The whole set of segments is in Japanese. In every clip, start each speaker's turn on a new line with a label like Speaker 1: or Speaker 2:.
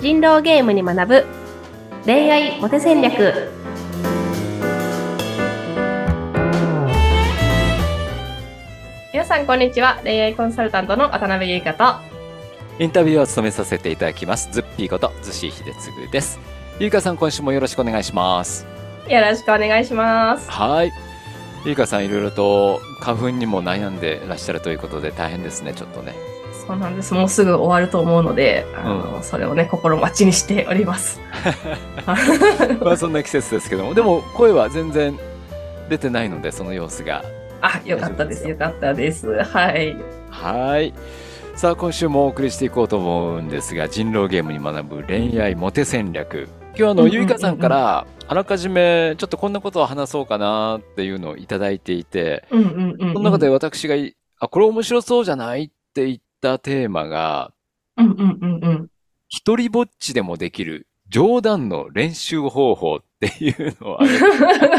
Speaker 1: 人狼ゲームに学ぶ恋愛モテ戦略皆さんこんにちは恋愛コンサルタントの渡辺優香と
Speaker 2: インタビューを務めさせていただきます。ズッピーこと、ズシー秀次です。ゆうかさん、今週もよろしくお願いします。
Speaker 1: よろしくお願いします
Speaker 2: はい。ゆうかさん、いろいろと花粉にも悩んでらっしゃるということで、大変ですね、ちょっ とね。
Speaker 1: そうなんですもうすぐ終わると思うのであの、それをね心待ちにしております
Speaker 2: まあ、そんな季節ですけども、でも、声は全然出てないので、その様子が。
Speaker 1: あよかったですよかったですはい
Speaker 2: はい。さあ、今週もお送りしていこうと思うんですが、人狼ゲームに学ぶ恋愛モテ戦略。今日あ
Speaker 1: うんう
Speaker 2: の、
Speaker 1: んうんうん
Speaker 2: ゆいかさんから、あらかじめ、ちょっとこんなことを話そうかなっていうのをいただいていて、
Speaker 1: うんうんうん、うん、
Speaker 2: その中で私がい、あ、これ面白そうじゃないって言ったテーマが、
Speaker 1: うんうんうんうん
Speaker 2: 一人ぼっちでもできる冗談の練習方法っていうの は、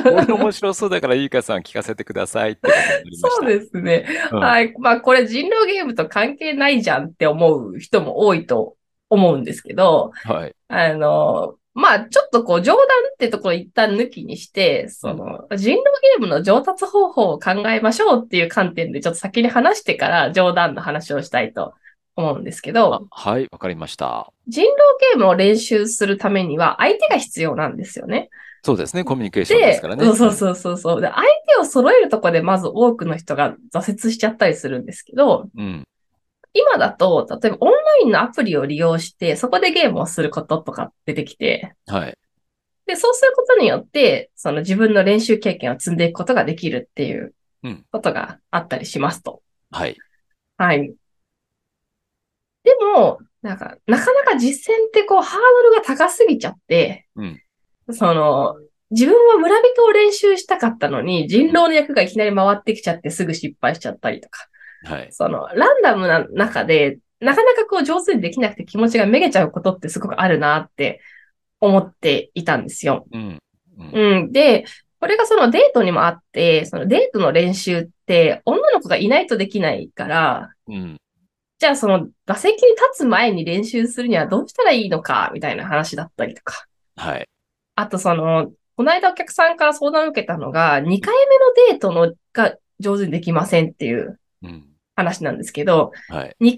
Speaker 2: これ面白そうだから、ゆいかさん聞かせてくださいってことになりました。
Speaker 1: そうですね。
Speaker 2: うん
Speaker 1: はい。まあ、これ人狼ゲームと関係ないじゃんって思う人も多いと思うんですけど、
Speaker 2: はい。
Speaker 1: あの、まあ、ちょっとこう、冗談ってところ一旦抜きにして、その、人狼ゲームの上達方法を考えましょうっていう観点で、ちょっと先に話してから冗談の話をしたいと思うんですけ
Speaker 2: あ
Speaker 1: ど、
Speaker 2: はい、わかりました。
Speaker 1: 人狼ゲームを練習するためには相手が必要なんですよね。
Speaker 2: そうですね、コミュニケーションで
Speaker 1: で、
Speaker 2: すからね。
Speaker 1: そうそうそうそうそう。で、相手を揃えるとこでまず多くの人が挫折しちゃったりするんですけど、
Speaker 2: うん。
Speaker 1: 今だと、例えばオンラインのアプリを利用して、そこでゲームをすることとか出てきて、
Speaker 2: はい。
Speaker 1: で、そうすることによって、その自分の練習経験を積んでいくことができるっていう
Speaker 2: うん
Speaker 1: ことがあったりしますと。
Speaker 2: はい。
Speaker 1: はい。でも、なんか、なかなか実践ってこう、ハードルが高すぎちゃって、
Speaker 2: うん
Speaker 1: その、自分は村人を練習したかったのに、人狼の役がいきなり回ってきちゃってすぐ失敗しちゃったりとか、
Speaker 2: はい。
Speaker 1: その、ランダムな中で、なかなかこう上手にできなくて気持ちがめげちゃうことってすごくあるなって思っていたんですよ。
Speaker 2: うん。
Speaker 1: うん。で、これがそのデートにもあって、そのデートの練習って女の子がいないとできないから、
Speaker 2: うん。
Speaker 1: じゃあその打席に立つ前に練習するにはどうしたらいいのか、みたいな話だったりとか。
Speaker 2: はい。
Speaker 1: あとその、この間お客さんから相談を受けたのが、2回目のデートのが上手にできませんっていう
Speaker 2: うん。
Speaker 1: 話なんですけど、
Speaker 2: はい。
Speaker 1: 2回目のデー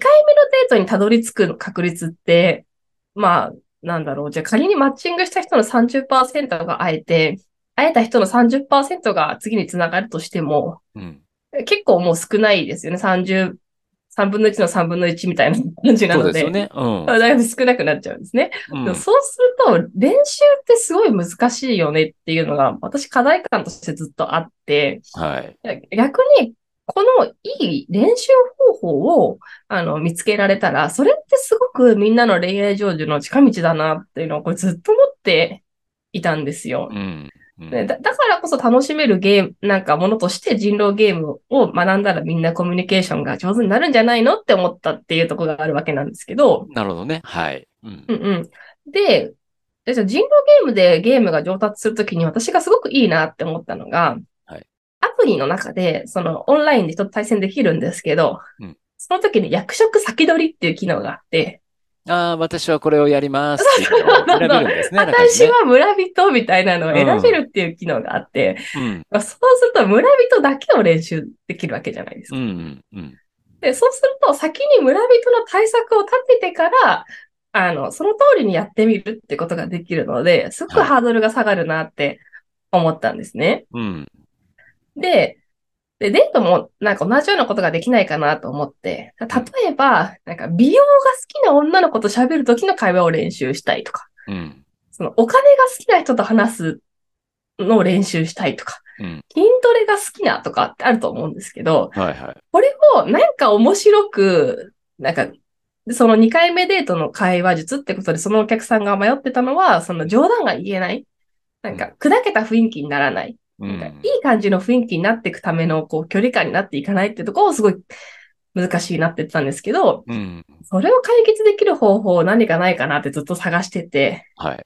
Speaker 1: トにたどり着く確率って、まあ、なんだろう。じゃあ仮にマッチングした人の30%が会えて、会えた人の30%が次につながるとしても、
Speaker 2: うん。
Speaker 1: 結構もう少ないですよね。30、3分の1の3分の1みたいな感じな
Speaker 2: そ
Speaker 1: ので。
Speaker 2: うですよね。うん。
Speaker 1: だいぶ少なくなっちゃうんですね。
Speaker 2: うん
Speaker 1: でもそうすると、練習ってすごい難しいよねっていうのが、私課題感としてずっとあって、
Speaker 2: はい。
Speaker 1: 逆に、このいい練習方法をあの見つけられたら、それってすごくみんなの恋愛成就の近道だなっていうのをこれずっと思っていたんですよ
Speaker 2: う。ん。うん
Speaker 1: ねだだからこそ楽しめるゲーム、なんかものとして人狼ゲームを学んだらみんなコミュニケーションが上手になるんじゃないのって思ったっていうところがあるわけなんですけど、
Speaker 2: なるほどね。はい。うん
Speaker 1: う。んうん。で、でじゃあ人狼ゲームでゲームが上達するときに私がすごくいいなって思ったのが、
Speaker 2: はい
Speaker 1: アプリの中で、そのオンラインで人と対戦できるんですけど、
Speaker 2: うん
Speaker 1: その時に役職先取りっていう機能があって、
Speaker 2: ああ、私はこれをやりますっていうのを選べるんですね。あらか
Speaker 1: 私
Speaker 2: じめ
Speaker 1: は村人みたいなのを選べるっていう機能があって、
Speaker 2: うん
Speaker 1: まあそうすると村人だけを練習できるわけじゃないですか。
Speaker 2: うんうんうん。
Speaker 1: で、そうすると先に村人の対策を立ててから、あの、その通りにやってみるってことができるので、すごく
Speaker 2: はい
Speaker 1: ハードルが下がるなって思ったんですね。
Speaker 2: うん。
Speaker 1: で、で、デートもなんか同じようなことができないかなと思って、例えば、なんか美容が好きな女の子と喋るときの会話を練習したいとか、
Speaker 2: うん。
Speaker 1: そのお金が好きな人と話すのを練習したいとか、
Speaker 2: うん。
Speaker 1: 筋トレが好きなとかってあると思うんですけど、
Speaker 2: はいはい。
Speaker 1: これをなんか面白く、なんか、その2回目デートの会話術ってことで、そのお客さんが迷ってたのは、その冗談が言えない。なんか、砕けた雰囲気にならない。
Speaker 2: う
Speaker 1: なんかい
Speaker 2: ん。
Speaker 1: い感じの雰囲気になっていくための、こう、距離感になっていかないってところをすごい難しいなって言ってたんですけど、
Speaker 2: うん。
Speaker 1: それを解決できる方法何かないかなってずっと探してて、
Speaker 2: はい。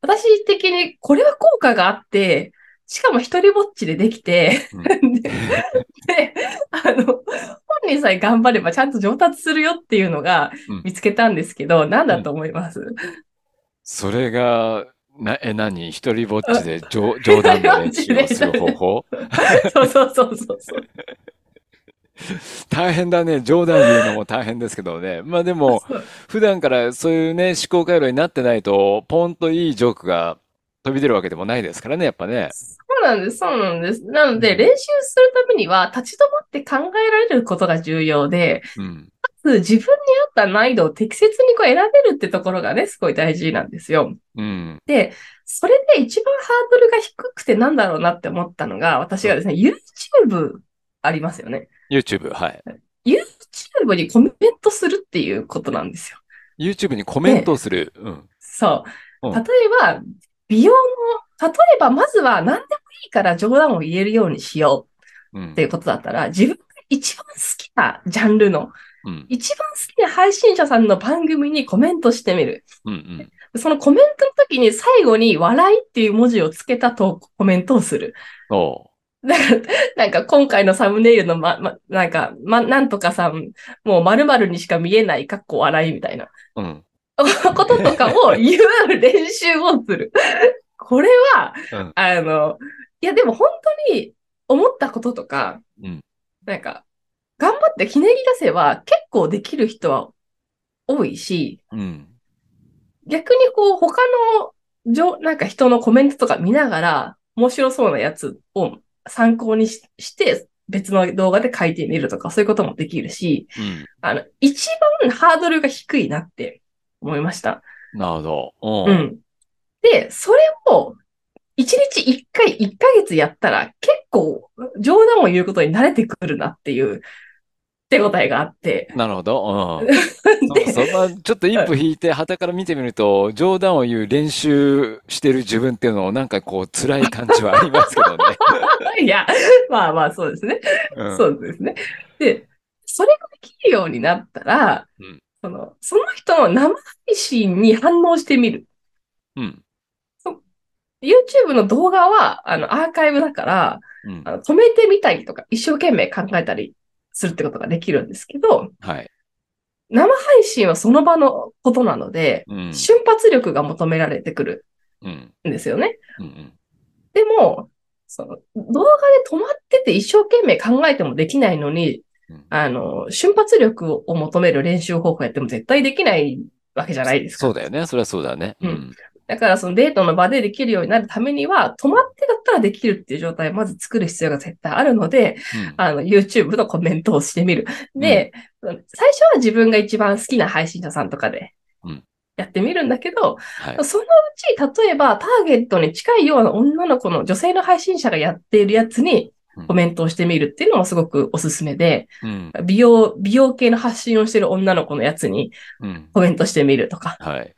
Speaker 1: 私的にこれは効果があって、 しかも一人ぼっちでできて、
Speaker 2: う
Speaker 1: で、であの、本本人さえ頑張ればちゃんと上達するよっていうのが
Speaker 2: うん
Speaker 1: 見つけたんですけど、何だと思います、
Speaker 2: それが、な、え、何一人ぼっちで冗冗談の練習をする方法
Speaker 1: そうそうそうそうそう。
Speaker 2: 大変だね。冗談言うのも大変ですけどね。まあでも、
Speaker 1: そう
Speaker 2: 普段からそういうね、思考回路になってないと、ポンといいジョークが飛び出るわけでもないですからね、やっぱね。
Speaker 1: そうなんです、そうなんです。なの
Speaker 2: う
Speaker 1: で、
Speaker 2: ん
Speaker 1: 練習するためには立ち止まって考えられることが重要で、
Speaker 2: うん。
Speaker 1: まず自分に合った難易度を適切にこう選べるってところがね、すごい大事なんですよ。
Speaker 2: うん。
Speaker 1: で、それで一番ハードルが低くてなんだろうなって思ったのが、私がですね、YouTube ありますよね。
Speaker 2: YouTube、はい。
Speaker 1: YouTube にコメントするっていうことなんですよ。
Speaker 2: YouTube にコメントをする。うん。
Speaker 1: そう。
Speaker 2: うん
Speaker 1: 例えば、美容の、例えばまずは何でもいいから冗談を言えるようにしよ
Speaker 2: う
Speaker 1: うんって。いうことだったら、自分が一番好きなジャンルの、
Speaker 2: うん。
Speaker 1: 一番好きな配信者さんの番組にコメントしてみる。
Speaker 2: うん。うん。
Speaker 1: そのコメントの時に最後に笑いっていう文字をつけたとコメントをする。
Speaker 2: おう。
Speaker 1: だ から、なんか今回のサムネイルのま、ま、なんか、ま、なんとかさん、もう〇〇にしか見えない、かっこ笑いみた いな
Speaker 2: うん。
Speaker 1: こととかを言う練習をする。 これは、
Speaker 2: うん
Speaker 1: あの、いやでも本当に思ったこととか、
Speaker 2: うん
Speaker 1: なんか、頑張ってひねり出せば結構できる人は多いし、
Speaker 2: うん。
Speaker 1: 逆にこう他のじょ、なんか人のコメントとか見ながら、面白そうなやつを参考にしして、別の動画で書いてみるとか、そういうこともできるし、
Speaker 2: うん。
Speaker 1: あの、一番ハードルが低いなって思いました。
Speaker 2: なるほど。おう
Speaker 1: う。ん。で、それを、一日一回、一ヶ月やったら、結構、冗談を言うことに慣れてくるなっていう、手応えがあって。
Speaker 2: なるほど。うん。
Speaker 1: で
Speaker 2: そうそうまあちょっと一歩引いて、傍から見てみると、冗談を言う練習してる自分っていうのを、なんかこう、辛い感じはありますけどね。
Speaker 1: いや、まあまあ、そうですね。
Speaker 2: う ん
Speaker 1: そうですね。で、それができるようになったら、
Speaker 2: うん
Speaker 1: そのその人の生配信に反応してみる。
Speaker 2: うん。
Speaker 1: YouTube の動画はあのアーカイブだから
Speaker 2: うん。
Speaker 1: あの、止めてみたりとか、一生懸命考えたりするってことができるんですけど、
Speaker 2: はい。
Speaker 1: 生配信はその場のことなので、
Speaker 2: うん。
Speaker 1: 瞬発力が求められてくる
Speaker 2: うん。
Speaker 1: んですよね。
Speaker 2: うん。
Speaker 1: でも、その動画で止まってて一生懸命考えてもできないのに、
Speaker 2: うん
Speaker 1: あの、瞬発力を求める練習方法やっても絶対できないわけじゃないですか。
Speaker 2: そうだよね。それはそうだね。うん。
Speaker 1: だからそのデートの場でできるようになるためには、止まってだったらできるっていう状態をまず作る必要が絶対あるので、
Speaker 2: うん
Speaker 1: あの、YouTube のコメントをしてみる。で、最初は自分が一番好きな配信者さんとかで
Speaker 2: うん
Speaker 1: やってみるんだけど、
Speaker 2: はい。
Speaker 1: そのうち、例えばターゲットに近いような女の子の女性の配信者がやっているやつに
Speaker 2: うん
Speaker 1: コメントをしてみるっていうのもすごくおすすめで、
Speaker 2: うん。
Speaker 1: 美容、美容系の発信をしてる女の子のやつに
Speaker 2: うん。
Speaker 1: コメントしてみるとか、
Speaker 2: はい。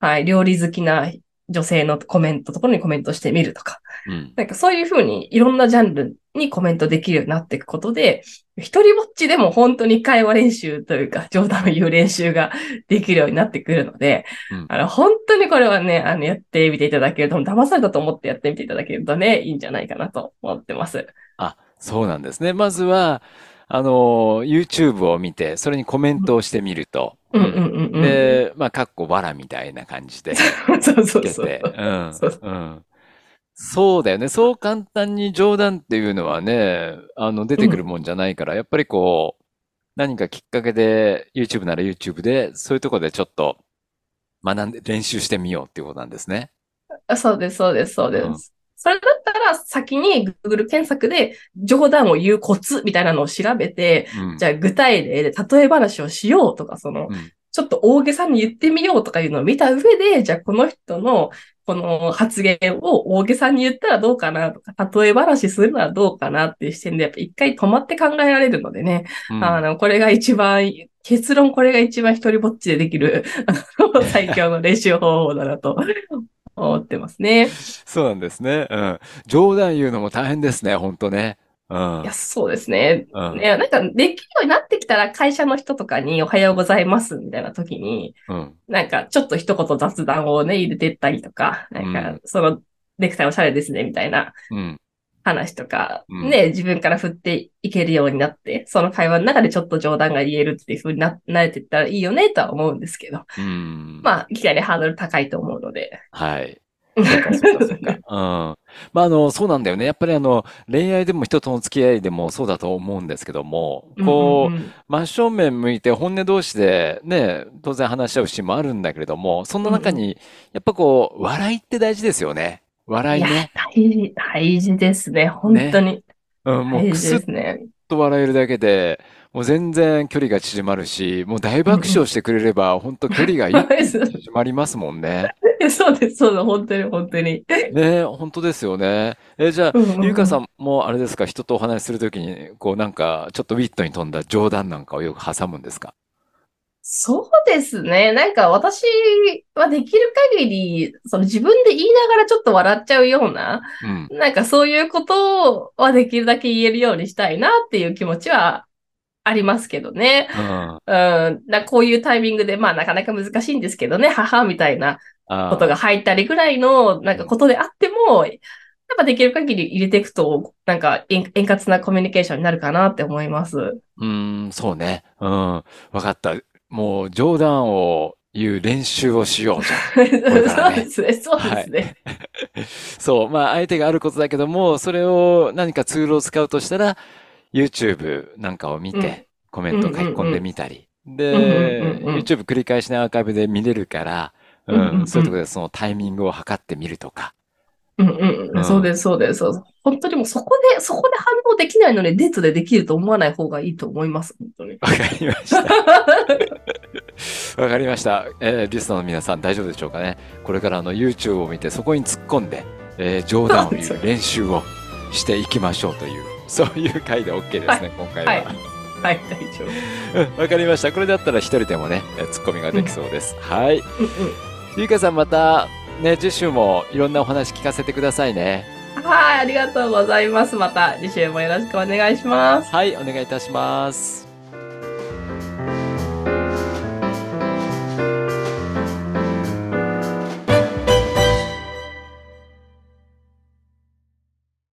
Speaker 1: はい、料理好きな女性のコメントところにコメントしてみるとか、
Speaker 2: うん。
Speaker 1: なんかそういうふうにいろんなジャンルにコメントできるようになっていくことで、一人ぼっちでも本当に会話練習というか、冗談を言う練習ができるようになってくるので、
Speaker 2: うん
Speaker 1: あの、本当にこれはね、あの、やってみていただけると、騙されたと思ってやってみていただけるとね、いいんじゃないかなと思ってます。
Speaker 2: あ、そうなんですね。まずは、あの、YouTube を見て、それにコメントをしてみると。
Speaker 1: うんうんうんうん。
Speaker 2: で、まあ、かっこわらみたいな感じ で。
Speaker 1: そうそ
Speaker 2: つ
Speaker 1: う
Speaker 2: け
Speaker 1: そう。
Speaker 2: て、うん
Speaker 1: そう
Speaker 2: うんそうだよね。そう簡単に冗談っていうのはね、あの、出てくるもんじゃないから、やっぱりこう、何かきっかけで、YouTube なら YouTube で、そういうとこでちょっと学んで、練習してみようっていうことなんですね。
Speaker 1: あそうです、そうです、そうです。
Speaker 2: うん
Speaker 1: それだったら先に Google 検索で冗談を言うコツみたいなのを調べて、
Speaker 2: うん
Speaker 1: じゃあ具体例で例え話をしようとか、その
Speaker 2: うん、
Speaker 1: ちょっと大げさに言ってみようとかいうのを見た上で、じゃあこの人のこの発言を大げさに言ったらどうかなとか、例え話するならどうかなっていう視点で、やっぱ一回止まって考えられるのでね、
Speaker 2: うん
Speaker 1: あの、これが一番、結論これが一番一人ぼっちでできる、あの最強の練習方法だなと思ってますね。
Speaker 2: そうなんですね。うん。冗談言うのも大変ですね、ほんとね。うん
Speaker 1: いや、そうですね。
Speaker 2: うん
Speaker 1: ね、なんか、できるようになってきたら、会社の人とかにおはようございますみたいな時に、
Speaker 2: うん
Speaker 1: なんか、ちょっと一言雑談をね、入れてったりとか、なん
Speaker 2: う
Speaker 1: か
Speaker 2: ん、
Speaker 1: その、ネクタイおしゃれですね、みたいな
Speaker 2: うん
Speaker 1: 話とか、
Speaker 2: うん
Speaker 1: ね、自分から振っていけるようになって、その会話の中でちょっと冗談が言えるっていう風にな、慣れていったらいいよねとは思うんですけど、
Speaker 2: うん。
Speaker 1: まあ、いきなりハードル高いと思うので。
Speaker 2: はい。そっかそっかそ っか。うん。まあ、あの、そうなんだよね。やっぱりあの、恋愛でも人との付き合いでもそうだと思うんですけども、こ
Speaker 1: うんうんうん
Speaker 2: う、真正面向いて本音同士でね、当然話し合うシーンもあるんだけれども、そんな中に、やっぱこう、笑いって大事ですよね。笑
Speaker 1: い
Speaker 2: い
Speaker 1: や
Speaker 2: ね。、
Speaker 1: 大事、大事ですね。本当に。
Speaker 2: うん、もう
Speaker 1: 大
Speaker 2: く
Speaker 1: 事
Speaker 2: す
Speaker 1: で
Speaker 2: っ
Speaker 1: すね。
Speaker 2: と笑えるだけで、もう全然距離が縮まるし、もう大爆笑してくれれば、本当距離が 一気に縮まりますもんね。
Speaker 1: そうです、そうです。本当に、本当に。
Speaker 2: ねえ、本当ですよね。え、じゃあ、
Speaker 1: うんうん
Speaker 2: ゆうかさんもあれですか、人とお話しするときに、こうなんか、ちょっとウィットに富んだ冗談なんかをよく挟むんですか
Speaker 1: そうですね。なんか私はできる限り、その自分で言いながらちょっと笑っちゃうような、
Speaker 2: うん。
Speaker 1: なんかそういうことはできるだけ言えるようにしたいなっていう気持ちはありますけどね。
Speaker 2: うん。あ
Speaker 1: うん、だこういうタイミングで、まあなかなか難しいんですけどね、母みたいなことが
Speaker 2: あ、
Speaker 1: 入ったりぐらいの、なんかことであっても、やっぱできる限り入れていくと、なんか円円滑なコミュニケーションになるかなって思います。
Speaker 2: うーん、そうね。うん。わかった。もう、冗談を言う練習をしようじゃん。
Speaker 1: そう
Speaker 2: からね
Speaker 1: ですね、そうですね。
Speaker 2: そう、まあ、相手があることだけども、それを何かツールを使うとしたら、YouTube なんかを見
Speaker 1: うん
Speaker 2: て、コメントを書き込んでみたり。
Speaker 1: うんうん
Speaker 2: で、
Speaker 1: うんうん
Speaker 2: YouTube 繰り返しのアーカイブで見れるから、
Speaker 1: うんうん
Speaker 2: う
Speaker 1: うん
Speaker 2: ん、そういうところでそのタイミングを測ってみるとか。
Speaker 1: うんうん
Speaker 2: う
Speaker 1: うんん、そうです、そうです、そうです。本当にもうそこで、そこで反応できないのにデートでできると思わない方がいいと思います、本当に。
Speaker 2: わかりま した。わかりました。えーリスナーの皆さん大丈夫でしょうかね。これからあの YouTube を見て、そこに突っ込んで、えー冗談を言う練習をしていきましょうという、そういう回で OK ですね、今回は。
Speaker 1: はい。はい、大丈夫。
Speaker 2: うん わかりました。これだったら一人でもね、えーツッコミができそうです。はい。
Speaker 1: うん
Speaker 2: ゆうかさんまた、ね、次週もいろんなお話聞かせてくださいね。
Speaker 1: うん。はい、ありがとうございます。また次週もよろしくお願いします。
Speaker 2: はい、お願いいたします。